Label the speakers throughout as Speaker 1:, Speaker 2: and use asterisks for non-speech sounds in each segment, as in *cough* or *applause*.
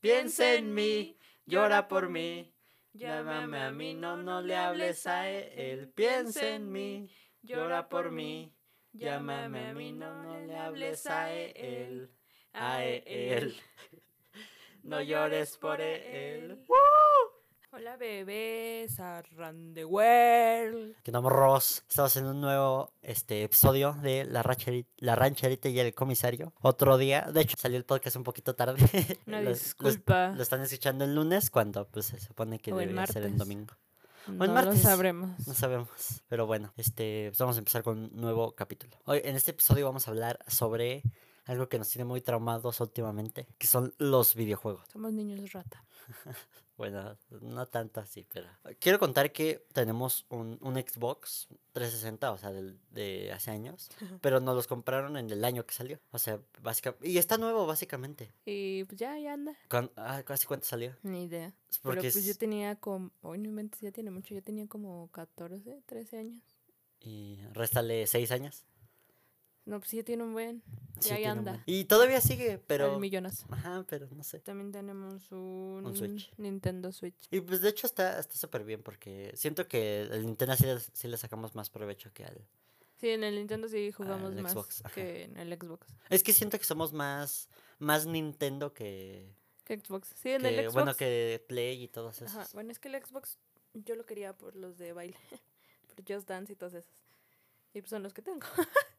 Speaker 1: Piensa en mí, llora por mí. Llámame a mí, no, no le hables a e-, él. Piensa en mí, llora por mí. Llámame a mí, no, no le hables a e-, él. A e-, él. *laughs* No llores por e-, él.
Speaker 2: Hola bebés, around the world.
Speaker 1: ¿Qué tal, Ross? Estamos en un nuevo este, episodio de la, Rancheri- La Rancherita y el Comisario. Otro día, de hecho, salió el podcast un poquito tarde. *laughs*
Speaker 2: Una
Speaker 1: Lo- lo-
Speaker 2: disculpa.
Speaker 1: Lo, están escuchando el lunes cuando pues, se supone que
Speaker 2: O el
Speaker 1: debería ser el
Speaker 2: martes.
Speaker 1: domingo.
Speaker 2: No
Speaker 1: martes.
Speaker 2: lo sabremos.
Speaker 1: No sabemos. Pero bueno, este, pues vamos a empezar con un nuevo capítulo. Hoy en este episodio vamos a hablar sobre algo que nos tiene muy traumados últimamente, que son los videojuegos.
Speaker 2: Somos niños rata.
Speaker 1: Bueno, no tanto así, pero... Quiero contar que tenemos un, un Xbox 360, o sea, del- de hace años, pero nos los compraron en el año que salió. O sea, básicamente... Y está nuevo, básicamente.
Speaker 2: Y pues ya, ya anda.
Speaker 1: ¿Cuán- ah, ¿Hace cuánto salió?
Speaker 2: Ni idea.
Speaker 1: Es
Speaker 2: Pero
Speaker 1: Porque
Speaker 2: pues yo
Speaker 1: es-
Speaker 2: tenía como. Hoy no inventes, ya tiene mucho. Yo tenía como 14, 13 años.
Speaker 1: Y réstale seis años.
Speaker 2: No, pues ya tiene un buen.
Speaker 1: Sí,
Speaker 2: ya ahí
Speaker 1: tiene un
Speaker 2: anda.
Speaker 1: buen- Y todavía sigue,
Speaker 2: Pero...
Speaker 1: pero...
Speaker 2: El millonazo.
Speaker 1: Ajá, pero no sé.
Speaker 2: También tenemos un,
Speaker 1: Un Switch.
Speaker 2: Nintendo Switch.
Speaker 1: Y pues de hecho está está súper bien porque siento que el Nintendo sí, le- sí le sacamos más provecho que al...
Speaker 2: Sí, en el Nintendo sí jugamos
Speaker 1: Ah, el
Speaker 2: más
Speaker 1: Xbox, ajá.
Speaker 2: que en el Xbox.
Speaker 1: Es que siento que somos más, más Nintendo que...
Speaker 2: Que Xbox. Sí, en el
Speaker 1: que-
Speaker 2: Xbox.
Speaker 1: Bueno, que Play y todos esos.
Speaker 2: Ajá, bueno, es que el Xbox yo lo quería por los de baile, *laughs* por Just Dance y todas esas. Y pues son los que tengo.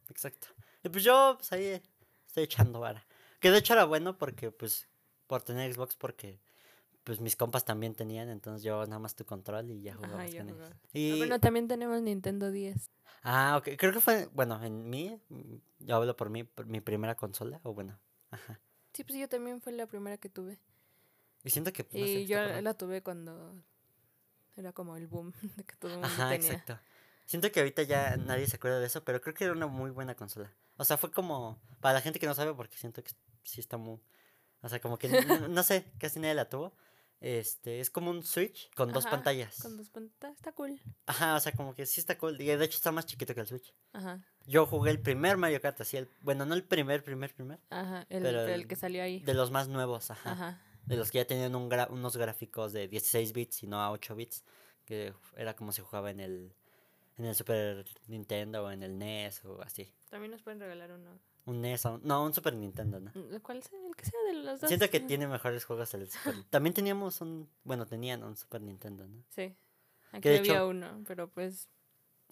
Speaker 1: Exacto. Y pues yo, pues ahí estoy echando vara. Que de hecho era bueno porque, pues, por tener Xbox, porque, pues, mis compas también tenían, entonces yo nada más tu control y ya
Speaker 2: Ajá,
Speaker 1: jugabas
Speaker 2: ya
Speaker 1: con ellos.
Speaker 2: jugaba. Ah, *laughs*
Speaker 1: Y...
Speaker 2: Bueno, también tenemos Nintendo 10.
Speaker 1: Ah, ok. Creo que fue, bueno, en mí, mm, yo hablo por mí, por mi primera consola, o bueno, ajá.
Speaker 2: Sí, pues yo también fue la primera que tuve.
Speaker 1: Y siento que... pues, no sé,
Speaker 2: y
Speaker 1: está
Speaker 2: yo
Speaker 1: cabrón.
Speaker 2: la tuve cuando era como el boom *laughs* de que todo el mundo
Speaker 1: Ajá,
Speaker 2: tenía.
Speaker 1: exacto. Siento que ahorita ya nadie se acuerda de eso, pero creo que era una muy buena consola. O sea, fue como. Para la gente que no sabe, porque siento que sí está muy. O sea, como que. n- no sé, *laughs* casi nadie la tuvo. Este, es como un Switch con dos
Speaker 2: Ajá,
Speaker 1: pantallas.
Speaker 2: Con dos pantallas, está cool.
Speaker 1: Ajá, o sea, como que sí está cool. Y de hecho está más chiquito que el Switch.
Speaker 2: Ajá,
Speaker 1: Yo jugué el primer Mario Kart, así el. Bueno, no el primer, primer, primer.
Speaker 2: ajá, el,
Speaker 1: Pero
Speaker 2: el
Speaker 1: el-
Speaker 2: que salió ahí.
Speaker 1: De los más nuevos, ajá.
Speaker 2: Ajá.
Speaker 1: De los que ya tenían un gra- unos gráficos de 16 bits y no a 8 bits. Que era como se jugaba en el, en el Super Nintendo o en el NES o así.
Speaker 2: También nos pueden regalar uno.
Speaker 1: Un NES, o un- no, un Super Nintendo, ¿no?
Speaker 2: Mm, ¿Cuál sea? El que sea de los dos.
Speaker 1: Siento que tiene mejores juegos el Super También teníamos un, bueno, tenían un Super Nintendo, ¿no?
Speaker 2: Sí. Aquí
Speaker 1: Que de
Speaker 2: había
Speaker 1: hecho-
Speaker 2: uno, pero pues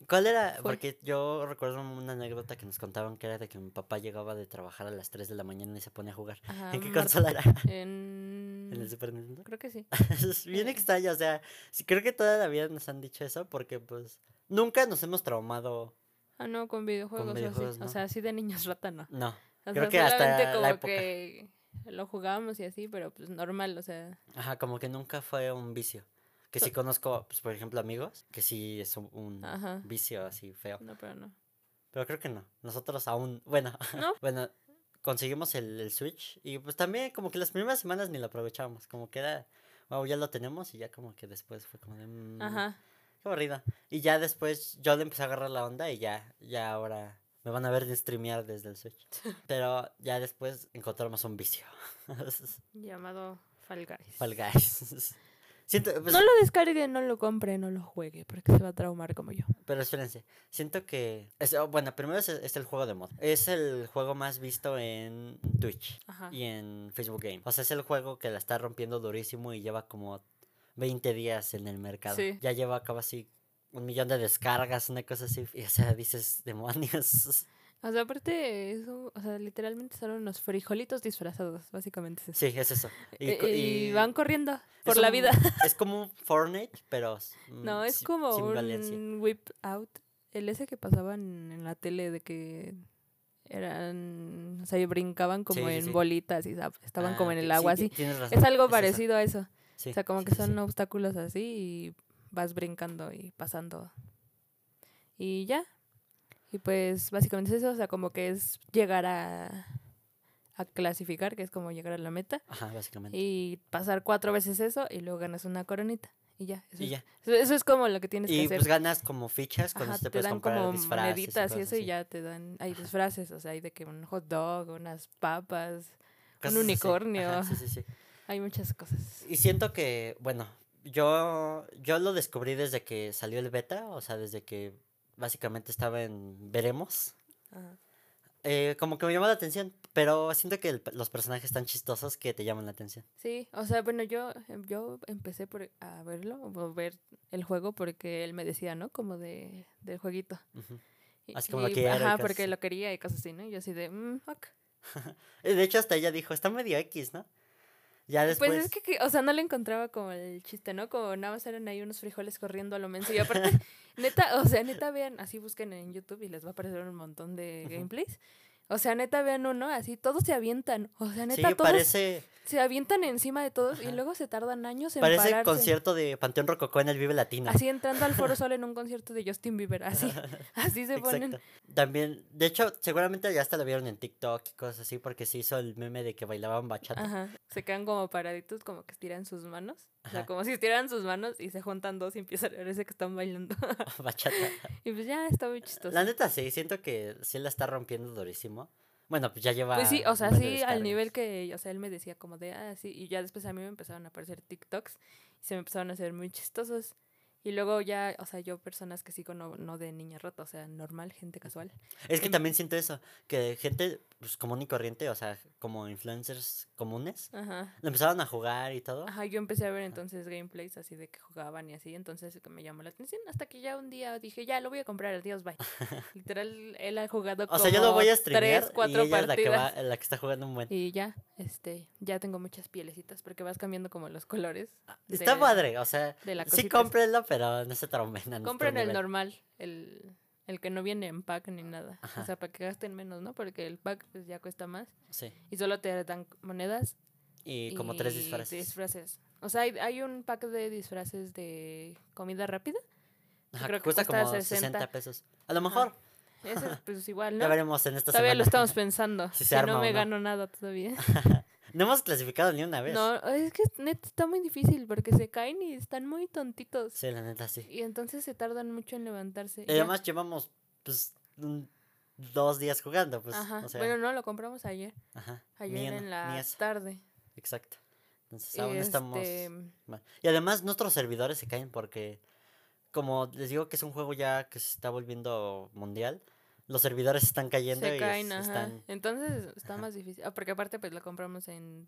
Speaker 1: ¿Cuál era?
Speaker 2: Fue.
Speaker 1: Porque yo recuerdo una anécdota que nos contaban que era de que mi papá llegaba de trabajar a las 3 de la mañana y se ponía a jugar.
Speaker 2: Ajá,
Speaker 1: ¿En qué
Speaker 2: Marta-
Speaker 1: consola era?
Speaker 2: En...
Speaker 1: ¿En el Super Nintendo?
Speaker 2: Creo que sí.
Speaker 1: es *laughs*
Speaker 2: Eh.
Speaker 1: bien extraño, o sea, sí, creo que toda la vida nos han dicho eso porque pues nunca nos hemos traumado,
Speaker 2: Ah, no, con videojuegos, o así.
Speaker 1: videojuegos,
Speaker 2: O
Speaker 1: ¿no?
Speaker 2: sea, así de niños *laughs* rata, no.
Speaker 1: no.
Speaker 2: O
Speaker 1: Creo
Speaker 2: sea,
Speaker 1: que hasta
Speaker 2: solamente
Speaker 1: la
Speaker 2: como
Speaker 1: época.
Speaker 2: que lo jugábamos y así, pero pues normal, o sea.
Speaker 1: Ajá, como que nunca fue un vicio. Que
Speaker 2: *laughs*
Speaker 1: sí conozco, pues, por ejemplo, amigos, que sí es un, un
Speaker 2: Ajá.
Speaker 1: vicio así feo.
Speaker 2: No, pero no.
Speaker 1: Pero creo que no. Nosotros aún, bueno,
Speaker 2: No.
Speaker 1: *laughs* bueno, conseguimos el, el Switch y pues también como que las primeras semanas ni lo aprovechábamos. Como que era, wow, ya lo tenemos y ya como que después fue como de... "Mm,
Speaker 2: Ajá.
Speaker 1: Qué aburrido. Y ya después yo le empecé a agarrar la onda y ya, ya ahora me van a ver de streamear desde el
Speaker 2: *laughs*
Speaker 1: Switch. Pero ya después encontramos un vicio. *laughs*
Speaker 2: Llamado Fall Guys.
Speaker 1: Fall Guys. *laughs* Siento, pues,
Speaker 2: No lo descargue, no lo compre, no lo juegue, porque se va a traumar como yo.
Speaker 1: Pero espérense, siento que... es- oh, bueno, primero es, es el juego de mod. Es el juego más visto en Twitch
Speaker 2: Ajá.
Speaker 1: y en Facebook Game. O sea, es el juego que la está rompiendo durísimo y lleva como 20 días en el mercado.
Speaker 2: Sí.
Speaker 1: Ya lleva casi un millón de descargas, una cosa así. Y, o sea, dices, demonios.
Speaker 2: O sea, aparte, eso, o sea, literalmente son unos frijolitos disfrazados, básicamente. es eso.
Speaker 1: Sí, es eso.
Speaker 2: E-
Speaker 1: co-
Speaker 2: e- y, van corriendo por
Speaker 1: es
Speaker 2: la
Speaker 1: un-
Speaker 2: vida. *laughs*
Speaker 1: Es como un Fortnite, pero... s-
Speaker 2: No,
Speaker 1: mm,
Speaker 2: es
Speaker 1: si-
Speaker 2: como
Speaker 1: sin
Speaker 2: un
Speaker 1: violencia.
Speaker 2: whip out. El ese que pasaban en la tele de que eran, o sea, brincaban como
Speaker 1: Sí, sí,
Speaker 2: en
Speaker 1: sí.
Speaker 2: bolitas y sa- estaban
Speaker 1: Ah,
Speaker 2: como en
Speaker 1: ok,
Speaker 2: el
Speaker 1: sí,
Speaker 2: agua
Speaker 1: ti-
Speaker 2: así.
Speaker 1: tienes razón,
Speaker 2: Es algo
Speaker 1: eso.
Speaker 2: parecido a eso.
Speaker 1: Sí,
Speaker 2: o sea, como
Speaker 1: sí,
Speaker 2: que
Speaker 1: sí,
Speaker 2: son
Speaker 1: sí.
Speaker 2: obstáculos así y vas brincando y pasando. Y ya. Y pues básicamente es eso, o sea, como que es llegar a, a clasificar, que es como llegar a la meta,
Speaker 1: Ajá, básicamente.
Speaker 2: y pasar cuatro veces eso y luego ganas una coronita. Y ya, eso
Speaker 1: y
Speaker 2: es
Speaker 1: ya.
Speaker 2: eso- Eso es como lo que tienes que
Speaker 1: Y
Speaker 2: hacer.
Speaker 1: pues ganas como fichas cuando
Speaker 2: Ajá,
Speaker 1: te
Speaker 2: te
Speaker 1: puedes
Speaker 2: dan
Speaker 1: comprar
Speaker 2: como
Speaker 1: disfraces.
Speaker 2: moneditas y
Speaker 1: cosas
Speaker 2: eso y
Speaker 1: así.
Speaker 2: ya te dan, hay
Speaker 1: Ajá.
Speaker 2: disfraces, o sea, hay de que un hot dog, unas papas,
Speaker 1: Cosas así.
Speaker 2: unicornio.
Speaker 1: Ajá, sí, sí, sí.
Speaker 2: Hay muchas cosas.
Speaker 1: Y siento que, bueno, yo, yo lo descubrí desde que salió el beta, o sea, desde que básicamente estaba en Veremos.
Speaker 2: Ajá.
Speaker 1: Eh, como que me llamó la atención, pero siento que el- los personajes tan chistosos que te llaman la atención.
Speaker 2: Sí, o sea, bueno, yo, yo empecé por a verlo, o ver el juego, porque él me decía, ¿no? Como de, del jueguito.
Speaker 1: Ujú.
Speaker 2: Y-
Speaker 1: Así como lo
Speaker 2: y-
Speaker 1: quiero y
Speaker 2: Ajá,
Speaker 1: cosas
Speaker 2: porque
Speaker 1: así.
Speaker 2: lo quería y cosas así, ¿no? Y yo así de, mm, ok.
Speaker 1: Eh, De hecho, hasta ella dijo, está medio X, ¿no? Ya después...
Speaker 2: Pues es que, que- o sea, no le encontraba como el chiste, ¿no? Como nada más eran ahí unos frijoles corriendo a lo menso. Y
Speaker 1: *laughs*
Speaker 2: aparte, neta, o sea, neta, vean, así busquen en YouTube y les va a aparecer un montón de
Speaker 1: Ujú.
Speaker 2: gameplays. O sea, neta, vean uno, así todos se avientan. O sea, neta,
Speaker 1: sí,
Speaker 2: todos
Speaker 1: parece,
Speaker 2: se avientan encima de todos y
Speaker 1: Ajá.
Speaker 2: luego se tardan años en
Speaker 1: parece
Speaker 2: pararse.
Speaker 1: concierto de Panteón Rococó en el Vive Latino.
Speaker 2: Así entrando al Foro Sol en un concierto de Justin
Speaker 1: *laughs*
Speaker 2: Bieber, así, así se ponen.
Speaker 1: Exacto. También, de hecho, seguramente ya hasta lo vieron en TikTok y cosas así, porque se hizo el meme de que bailaban bachata.
Speaker 2: Ajá, se quedan como paraditos, como que estiran sus manos. O sea,
Speaker 1: Ajá.
Speaker 2: como si estiraran sus manos y se juntan dos y empiezan, parece que están bailando. *laughs*
Speaker 1: *laughs* bachata.
Speaker 2: y pues ya está muy chistoso.
Speaker 1: La neta, sí, siento que sí la está rompiendo durísimo. Bueno, pues ya lleva.
Speaker 2: Pues sí, o sea,
Speaker 1: un buen de
Speaker 2: sí, al nivel
Speaker 1: descargas.
Speaker 2: que, o sea, él me decía como de, ah, sí, y ya después a mí me empezaron a aparecer TikToks y se me empezaron a hacer muy chistosos. Y luego ya, o sea, yo personas que sigo no, no de niña rata, o sea, normal, gente casual.
Speaker 1: Es que
Speaker 2: em-
Speaker 1: también siento eso, que gente pues, común y corriente, o sea, como influencers comunes,
Speaker 2: Ajá.
Speaker 1: lo empezaron a jugar y todo.
Speaker 2: Ajá, yo empecé a ver entonces gameplays así de que jugaban y así, entonces que me llamó la atención hasta que ya un día dije, ya lo voy a comprar,
Speaker 1: *laughs*
Speaker 2: adiós, bye. Literal, él ha jugado
Speaker 1: O sea, yo lo
Speaker 2: como
Speaker 1: voy a streamear
Speaker 2: tres,
Speaker 1: y
Speaker 2: cuatro
Speaker 1: ella es la que, va,
Speaker 2: partidas.
Speaker 1: la que está jugando un buen.
Speaker 2: Y ya, este, ya tengo muchas pielecitas porque vas cambiando como los colores.
Speaker 1: Está
Speaker 2: de-
Speaker 1: padre, o sea,
Speaker 2: de la
Speaker 1: sí
Speaker 2: cosita esa.
Speaker 1: cómprenlo, pero no se traumen. a nuestro
Speaker 2: Compren el
Speaker 1: nivel.
Speaker 2: normal, el, el que no viene en pack ni nada.
Speaker 1: Ajá.
Speaker 2: O sea, para que gasten menos, ¿no? Porque el pack pues, ya cuesta más
Speaker 1: Sí,
Speaker 2: y solo te dan monedas.
Speaker 1: y como tres
Speaker 2: y
Speaker 1: disfraces.
Speaker 2: disfraces. O sea, hay, hay un pack de disfraces de comida rápida.
Speaker 1: Ajá,
Speaker 2: creo
Speaker 1: que
Speaker 2: que
Speaker 1: cuesta
Speaker 2: cuesta
Speaker 1: como 60.
Speaker 2: 60
Speaker 1: pesos. A lo mejor,
Speaker 2: Eso es,
Speaker 1: *laughs*
Speaker 2: pues igual,
Speaker 1: ya
Speaker 2: ¿no?
Speaker 1: veremos en esta
Speaker 2: Todavía
Speaker 1: semana.
Speaker 2: lo estamos pensando.
Speaker 1: Si se
Speaker 2: si
Speaker 1: arma
Speaker 2: no
Speaker 1: o
Speaker 2: me
Speaker 1: no.
Speaker 2: gano
Speaker 1: *laughs*
Speaker 2: nada todavía.
Speaker 1: No hemos clasificado ni una vez.
Speaker 2: No, es que neta está muy difícil porque se caen y están muy tontitos.
Speaker 1: Sí, la neta, sí.
Speaker 2: Y entonces se tardan mucho en levantarse.
Speaker 1: Y
Speaker 2: Ya.
Speaker 1: además llevamos, pues, un- dos días jugando, pues.
Speaker 2: Ajá.
Speaker 1: O sea,
Speaker 2: Bueno, no, lo compramos ayer.
Speaker 1: ajá,
Speaker 2: Ayer
Speaker 1: ni una-
Speaker 2: en
Speaker 1: ni
Speaker 2: la
Speaker 1: eso,
Speaker 2: tarde.
Speaker 1: Exacto. Entonces, aún estamos...
Speaker 2: Este,
Speaker 1: mal. Y además, nuestros servidores se caen porque, como les digo que es un juego ya que se está volviendo mundial, los servidores están cayendo
Speaker 2: se
Speaker 1: y es-
Speaker 2: caen, ajá.
Speaker 1: están...
Speaker 2: Entonces está
Speaker 1: Ajá.
Speaker 2: más difícil. Ah, porque aparte pues lo compramos en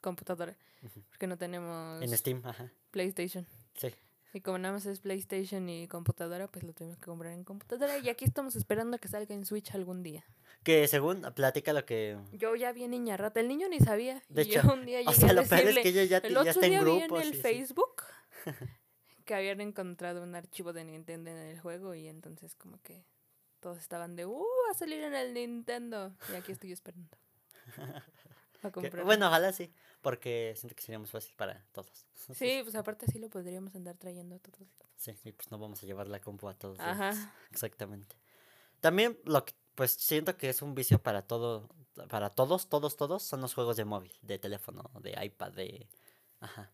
Speaker 2: computadora.
Speaker 1: Ujú.
Speaker 2: Porque no tenemos
Speaker 1: En Steam, ajá.
Speaker 2: PlayStation.
Speaker 1: Sí.
Speaker 2: Y como nada más es PlayStation y computadora, pues lo tenemos que comprar en computadora. Y aquí estamos esperando que salga en Switch algún día.
Speaker 1: Que según platica lo que...
Speaker 2: Yo ya vi niña rata. El niño ni sabía.
Speaker 1: De
Speaker 2: y yo
Speaker 1: hecho,
Speaker 2: un día
Speaker 1: *laughs*
Speaker 2: llegué
Speaker 1: O sea,
Speaker 2: a
Speaker 1: lo peor es
Speaker 2: decirle,
Speaker 1: que ella ya,
Speaker 2: El
Speaker 1: ya
Speaker 2: otro
Speaker 1: está
Speaker 2: día
Speaker 1: en
Speaker 2: vi
Speaker 1: grupos.
Speaker 2: en el
Speaker 1: sí, sí. *laughs*
Speaker 2: Facebook que habían encontrado un archivo de Nintendo en el juego y entonces como que todos estaban de ¡Uh! Va a salir en el Nintendo. Y aquí
Speaker 1: *laughs*
Speaker 2: estoy esperando. A
Speaker 1: Que-
Speaker 2: comprar.
Speaker 1: bueno, ojalá sí, porque siento que sería más fácil para todos.
Speaker 2: Sí, pues aparte sí lo podríamos andar trayendo a todos.
Speaker 1: Sí, y pues no vamos a llevar la compu a todos. lados.
Speaker 2: Ajá.
Speaker 1: Exactamente. También lo que, pues siento que es un vicio para todo, para todos, todos, todos, son los juegos de móvil, de teléfono, de iPad, de... Ajá.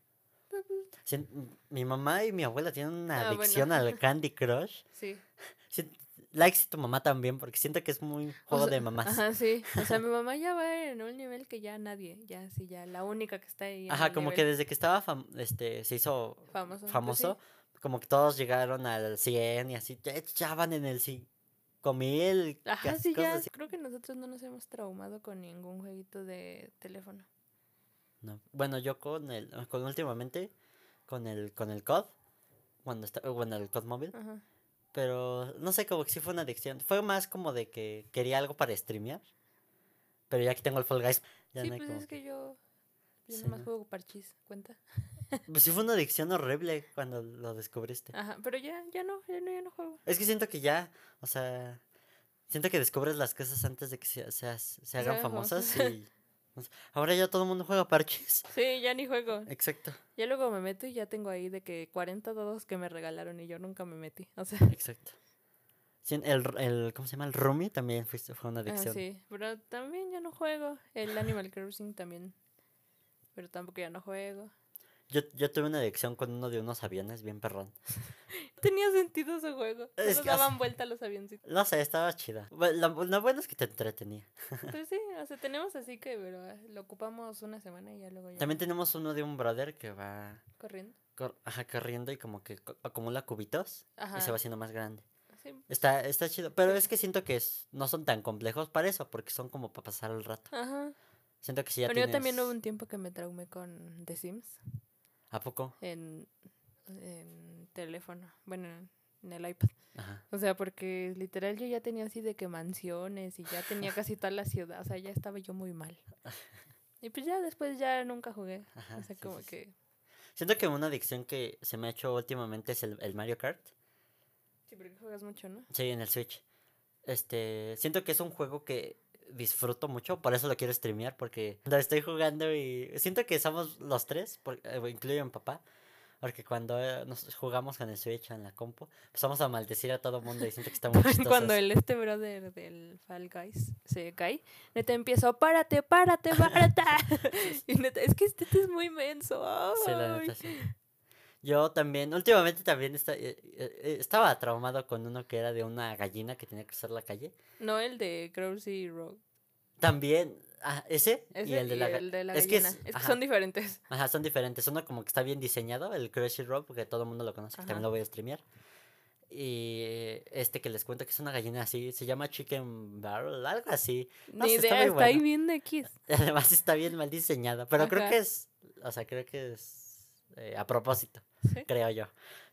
Speaker 1: Sien- mi mamá y mi abuela tienen
Speaker 2: Ah,
Speaker 1: una
Speaker 2: bueno.
Speaker 1: adicción
Speaker 2: *laughs*
Speaker 1: al Candy Crush.
Speaker 2: Sí.
Speaker 1: Sien- Likes tu mamá también, porque siento que es muy juego
Speaker 2: sea,
Speaker 1: de mamás. Ajá,
Speaker 2: Ajá, sí. O
Speaker 1: *laughs*
Speaker 2: sea, mi mamá ya va en un nivel que ya nadie, ya sí, ya la única que está ahí. en el
Speaker 1: como que
Speaker 2: nivel
Speaker 1: desde que estaba fam- este, se hizo
Speaker 2: famoso. pues
Speaker 1: famoso,
Speaker 2: sí.
Speaker 1: como que todos llegaron al 100 y así, ya, ya van en el 5000.
Speaker 2: Ajá,
Speaker 1: casi
Speaker 2: sí,
Speaker 1: cosas
Speaker 2: ya.
Speaker 1: así.
Speaker 2: Creo que nosotros no nos hemos traumado con ningún jueguito de teléfono.
Speaker 1: No, Bueno, yo con el, con últimamente, con el, con el COD, cuando está, bueno, el COD móvil,
Speaker 2: Ajá.
Speaker 1: pero no sé, como que sí fue una adicción. Fue más como de que quería algo para streamear, pero ya que tengo el Fall Guys, ya
Speaker 2: sí,
Speaker 1: no hay
Speaker 2: pues
Speaker 1: como
Speaker 2: es que yo, yo
Speaker 1: Sí,
Speaker 2: nomás
Speaker 1: ¿no?
Speaker 2: juego parchís, cuenta.
Speaker 1: *laughs* Pues sí fue una adicción horrible cuando lo descubriste.
Speaker 2: Ajá, pero ya, ya no, ya no, ya no juego.
Speaker 1: Es que siento que ya, o sea, siento que descubres las cosas antes de que se, seas- se hagan
Speaker 2: hagan
Speaker 1: famosas
Speaker 2: famosas.
Speaker 1: y... no sé, Ahora ya todo el mundo juega
Speaker 2: *laughs*
Speaker 1: parches.
Speaker 2: Sí, ya ni juego.
Speaker 1: Exacto,
Speaker 2: Ya luego me meto y ya tengo ahí de que 40 dados que me regalaron y yo nunca me metí. O sea, ah,
Speaker 1: exacto. Sí, el, r- el, ¿Cómo se llama? El Rumi también fue, fue una
Speaker 2: ah,
Speaker 1: adicción.
Speaker 2: sí, pero también ya no juego. El Animal Crossing también, pero tampoco ya no juego.
Speaker 1: yo, yo tuve una adicción con uno de unos aviones, bien perrón.
Speaker 2: tenía sentido ese juego.
Speaker 1: Es
Speaker 2: Nos
Speaker 1: que, o
Speaker 2: daban
Speaker 1: sea-
Speaker 2: vuelta los avioncitos.
Speaker 1: No sé, estaba chida. Bueno, Lo, lo bueno es que te entretenía.
Speaker 2: Pero sí, o sea, tenemos así que pero, eh, lo ocupamos una semana y ya luego ya
Speaker 1: También tenemos uno de un brother que va
Speaker 2: corriendo.
Speaker 1: cor- ajá, corriendo y como que co- acumula cubitos
Speaker 2: Ajá.
Speaker 1: y se va haciendo más grande.
Speaker 2: Sí.
Speaker 1: Está, está chido. Pero es que siento que es- no son tan complejos para eso, porque son como para pasar el rato.
Speaker 2: Ajá.
Speaker 1: Siento que si ya
Speaker 2: bueno, yo
Speaker 1: tienes-
Speaker 2: también hubo un tiempo que me traumé con The Sims
Speaker 1: ¿A poco?
Speaker 2: en, en teléfono, bueno, en- en el iPad.
Speaker 1: Ajá.
Speaker 2: O sea, porque literal yo ya tenía así de que mansiones y ya tenía casi toda la ciudad, o sea, ya estaba yo
Speaker 1: *laughs*
Speaker 2: muy mal. Y pues ya después ya nunca jugué.
Speaker 1: Ajá,
Speaker 2: o
Speaker 1: Ah,
Speaker 2: sea,
Speaker 1: sí,
Speaker 2: como
Speaker 1: sí, sí.
Speaker 2: que...
Speaker 1: Siento que una adicción que se me ha hecho últimamente es el, el Mario Kart.
Speaker 2: Sí, porque juegas mucho, ¿no?
Speaker 1: Sí, en el Switch. Este, siento que es un juego que disfruto mucho, por eso lo quiero streamear, porque cuando estoy jugando y siento que somos los tres, por- eh, incluyo a mi papá, porque cuando eh, nos jugamos con el Switch en la compu, empezamos a maldecir a todo mundo y siento que está muy chistoso.
Speaker 2: *laughs* Cuando
Speaker 1: eso.
Speaker 2: el este brother del Fall Guys se cae, neta empiezo,
Speaker 1: *laughs*
Speaker 2: párate, párate, párate. *laughs* y neta, es que este es muy menso.
Speaker 1: Sí, la
Speaker 2: ay.
Speaker 1: neta, sí. Yo también, últimamente también esta- eh, eh, eh, estaba traumado con uno que era de una gallina que tenía que cruzar la calle.
Speaker 2: No el de Crowsy Rock.
Speaker 1: También, ah, ese,
Speaker 2: Ese
Speaker 1: y el de la, ga- es que es-
Speaker 2: gallina. Es que,
Speaker 1: ajá.
Speaker 2: son diferentes.
Speaker 1: Ajá, son diferentes. Uno como que está bien diseñado, el Crushy Rock, porque todo el mundo lo conoce, que
Speaker 2: Ajá.
Speaker 1: también lo voy a streamear. Y este que les cuento que es una gallina así, se llama Chicken Barrel, algo así. *laughs* *laughs* No
Speaker 2: Ni
Speaker 1: sé, está
Speaker 2: idea,
Speaker 1: muy
Speaker 2: está ahí
Speaker 1: bueno.
Speaker 2: bien de X.
Speaker 1: Además está bien mal diseñada, pero creo
Speaker 2: Ajá.
Speaker 1: que es, o sea, creo que es eh, a propósito,
Speaker 2: Sí.
Speaker 1: creo yo.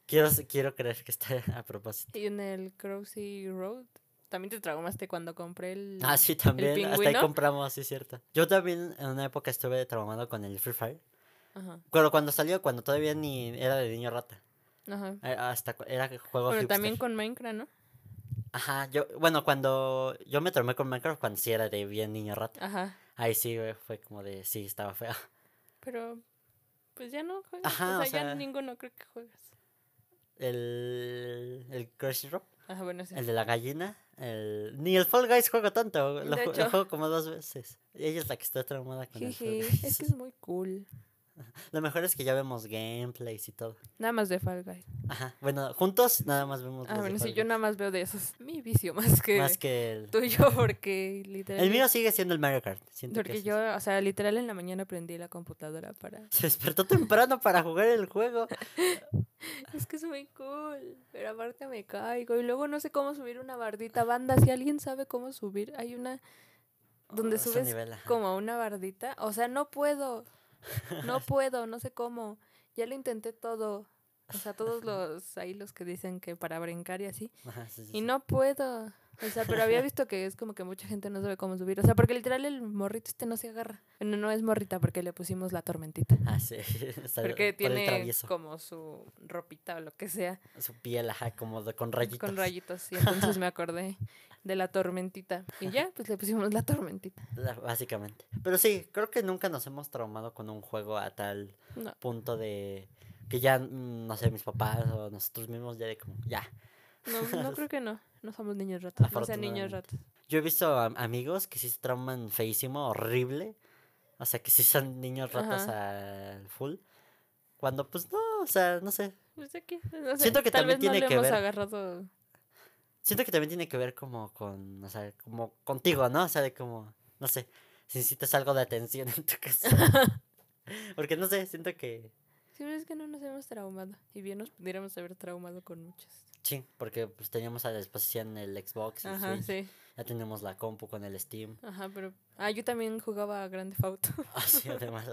Speaker 1: Quiero, quiero creer que está *laughs* a propósito.
Speaker 2: Y en el Crowsy Road también te traumaste cuando compré el.
Speaker 1: Ah, sí, también. Hasta ahí
Speaker 2: pingüino?
Speaker 1: compramos, sí, cierto. Yo también en una época estuve traumado con el Free Fire.
Speaker 2: Ajá.
Speaker 1: Pero cuando salió, cuando todavía ni era de niño rata.
Speaker 2: ajá.
Speaker 1: eh, Hasta cu- era juego
Speaker 2: Pero
Speaker 1: hipster.
Speaker 2: también con Minecraft, ¿no?
Speaker 1: Ajá, yo, bueno, cuando yo me tomé con Minecraft cuando sí era de bien niño rata.
Speaker 2: Ajá.
Speaker 1: Ahí sí, güey, fue como de, sí, estaba feo. *laughs*
Speaker 2: Pero pues ya no juegas.
Speaker 1: Ajá,
Speaker 2: o
Speaker 1: o
Speaker 2: sea, ya
Speaker 1: sea-
Speaker 2: ninguno creo que juegas.
Speaker 1: El, el Crush Rock,
Speaker 2: Ajá, bueno, sí.
Speaker 1: el de la gallina, el... Ni el Fall Guys juego tanto, lo,
Speaker 2: De
Speaker 1: ju- lo
Speaker 2: hecho.
Speaker 1: juego como dos veces. Ella es la que está traumada con el Fall
Speaker 2: Jeje,
Speaker 1: Guys.
Speaker 2: es que es muy cool.
Speaker 1: *laughs* Lo mejor es que ya vemos gameplays y todo.
Speaker 2: Nada más de Fall Guys.
Speaker 1: Ajá, bueno, juntos nada más vemos los
Speaker 2: Ah,
Speaker 1: de
Speaker 2: bueno, sí,
Speaker 1: Fall
Speaker 2: yo
Speaker 1: Guys.
Speaker 2: nada más veo de esos. Mi vicio *laughs* más que,
Speaker 1: Más que el...
Speaker 2: tuyo, porque literal.
Speaker 1: El mío sigue siendo el Mario Kart, siento que
Speaker 2: Porque
Speaker 1: es-
Speaker 2: yo, o sea, literal en la mañana prendí la computadora para.
Speaker 1: *laughs* Se despertó temprano para jugar el juego.
Speaker 2: *laughs* Es que es muy cool, pero aparte me caigo. Y luego no sé cómo subir una bardita. Banda, si alguien sabe cómo subir, hay una *laughs* donde
Speaker 1: Oh, es un
Speaker 2: subes
Speaker 1: nivel, ajá.
Speaker 2: como una bardita. O sea, no
Speaker 1: *laughs*
Speaker 2: puedo. No puedo, no sé cómo. Ya lo intenté todo. O
Speaker 1: *laughs*
Speaker 2: sea, todos los ahí los que dicen que para brincar y así.
Speaker 1: Ajá, sí, sí,
Speaker 2: Y
Speaker 1: sí.
Speaker 2: no puedo. O sea, pero había visto que es como que mucha gente no sabe cómo subir. O sea, porque literal el morrito este no se agarra. No, no es morrita porque le pusimos la tormentita.
Speaker 1: Ah, sí. *laughs* está
Speaker 2: Porque
Speaker 1: por el
Speaker 2: tiene
Speaker 1: travieso.
Speaker 2: como su ropita o lo que sea.
Speaker 1: Su piel, ajá, como de- con rayitos.
Speaker 2: Con rayitos. Y entonces me acordé de la tormentita. Y ya, pues le pusimos la tormentita.
Speaker 1: La- Básicamente. Pero sí, creo que nunca nos hemos traumado con un juego a tal
Speaker 2: No.
Speaker 1: punto de que ya, mm, no sé, mis papás o nosotros mismos ya de como, ya. *laughs*
Speaker 2: No, no creo que no. No somos niños ratos. No sean niños ratos.
Speaker 1: Yo he visto a- amigos que sí se trauman feísimo, horrible. O sea, que sí son niños ratas al full. Cuando, pues no, o sea, no sé.
Speaker 2: Pues aquí. no sé,
Speaker 1: Siento que
Speaker 2: tal
Speaker 1: también
Speaker 2: vez no
Speaker 1: tiene
Speaker 2: le
Speaker 1: que
Speaker 2: hemos
Speaker 1: ver.
Speaker 2: agarrado.
Speaker 1: Siento que también tiene que ver como con, o sea, como contigo, ¿no? O sea, de como, no sé, si necesitas algo de atención en tu casa.
Speaker 2: *laughs*
Speaker 1: Porque no sé, siento que,
Speaker 2: Sí, pero es que no nos hemos traumado. Y bien nos pudiéramos haber traumado con muchas.
Speaker 1: sí, porque pues teníamos a disposición el Xbox, el
Speaker 2: Ajá,
Speaker 1: Switch,
Speaker 2: sí.
Speaker 1: ya tenemos la compu con el Steam, *laughs*
Speaker 2: Ajá, pero. Ah, yo también jugaba a Grand Theft Auto. *laughs*
Speaker 1: así además,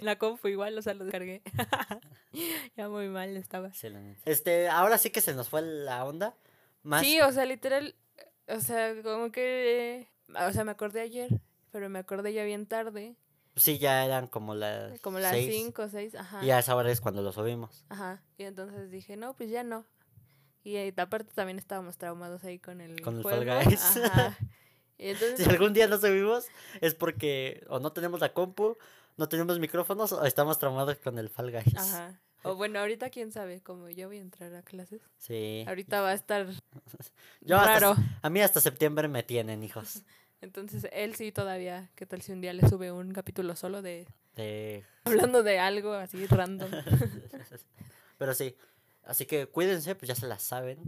Speaker 2: la compu igual, o sea, lo descargué. *laughs* ya muy mal estaba.
Speaker 1: sí, la neta. Este, ahora sí que se nos fue la onda, más,
Speaker 2: Sí, o sea, literal, o sea, como que, o sea, me acordé ayer, pero me acordé ya bien tarde,
Speaker 1: sí, ya eran como las
Speaker 2: como las
Speaker 1: seis,
Speaker 2: 5 o 6, ajá.
Speaker 1: y a esa hora es cuando lo subimos.
Speaker 2: Ajá, y entonces dije, no, pues ya no. Y eh, aparte también estábamos traumados ahí con el
Speaker 1: Con el
Speaker 2: juego.
Speaker 1: Fall Guys. *laughs*
Speaker 2: Ajá. Y entonces,
Speaker 1: Si algún día no subimos, es porque o no tenemos la compu, no tenemos micrófonos, o estamos traumados con el Fall Guys.
Speaker 2: ajá. O bueno, ahorita quién sabe, como yo voy a entrar a clases,
Speaker 1: Sí.
Speaker 2: ahorita va a estar
Speaker 1: Yo hasta
Speaker 2: raro.
Speaker 1: A mí hasta septiembre me tienen,
Speaker 2: *laughs*
Speaker 1: hijos.
Speaker 2: Entonces, él sí todavía, ¿qué tal si un día le sube un capítulo solo de *laughs*
Speaker 1: Eh,
Speaker 2: hablando de algo así random?
Speaker 1: *laughs* Pero sí, Así que cuídense, pues ya se las saben.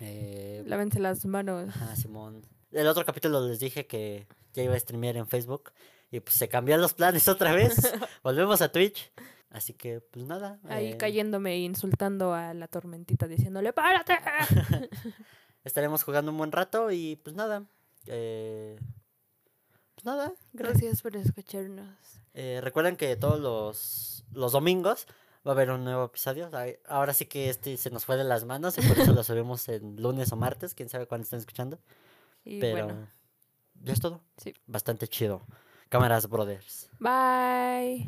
Speaker 1: Eh,
Speaker 2: Lávense las manos.
Speaker 1: ajá, Simón. El otro capítulo les dije que ya iba a streamear en Facebook. Y pues se cambiaron los planes otra
Speaker 2: *laughs*
Speaker 1: vez. Volvemos a Twitch. Así que, pues nada.
Speaker 2: Ahí
Speaker 1: eh,
Speaker 2: cayéndome e insultando a la tormentita
Speaker 1: *laughs*
Speaker 2: diciéndole, ¡párate!
Speaker 1: Estaremos jugando un buen rato y pues nada. eh, pues nada.
Speaker 2: Gracias por escucharnos.
Speaker 1: Eh, recuerden que todos los, los domingos va a haber un nuevo episodio. Ay, Ahora sí que este se nos fue de las manos y por eso lo subimos en lunes o martes. Quién sabe cuándo están escuchando.
Speaker 2: Y
Speaker 1: pero
Speaker 2: bueno,
Speaker 1: ya es todo.
Speaker 2: Sí.
Speaker 1: Bastante chido. Cámaras Brothers.
Speaker 2: bye.